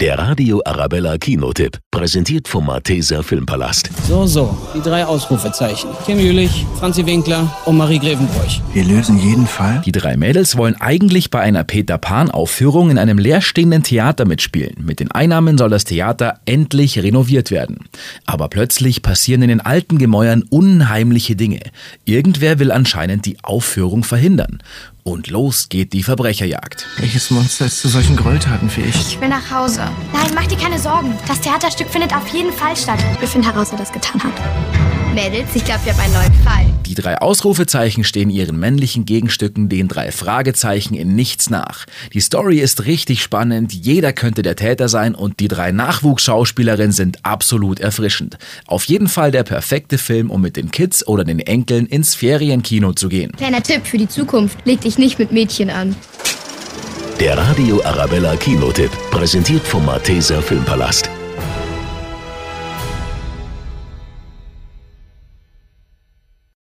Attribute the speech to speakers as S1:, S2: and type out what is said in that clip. S1: Der Radio Arabella Kinotipp, präsentiert vom Malteser Filmpalast.
S2: So, so, die drei Ausrufezeichen. Kim Jülich, Franzi Winkler und Marie Grevenbroich.
S3: Wir lösen jeden Fall.
S4: Die drei Mädels wollen eigentlich bei einer Peter Pan-Aufführung in einem leerstehenden Theater mitspielen. Mit den Einnahmen soll das Theater endlich renoviert werden. Aber plötzlich passieren in den alten Gemäuern unheimliche Dinge. Irgendwer will anscheinend die Aufführung verhindern. Und los geht die Verbrecherjagd.
S3: Welches Monster ist zu solchen Gräueltaten fähig?
S5: Ich will nach Hause.
S6: Nein, mach dir keine Sorgen. Das Theaterstück findet auf jeden Fall statt.
S5: Wir finden heraus, wer das getan hat. Mädels, ich glaube, wir haben einen neuen Fall.
S4: Die drei Ausrufezeichen stehen ihren männlichen Gegenstücken, den drei Fragezeichen, in nichts nach. Die Story ist richtig spannend, jeder könnte der Täter sein und die drei Nachwuchsschauspielerinnen sind absolut erfrischend. Auf jeden Fall der perfekte Film, um mit den Kids oder den Enkeln ins Ferienkino zu gehen.
S5: Kleiner Tipp für die Zukunft. Leg dich nicht mit Mädchen an.
S1: Der Radio Arabella Kinotipp, präsentiert vom Malteser Filmpalast.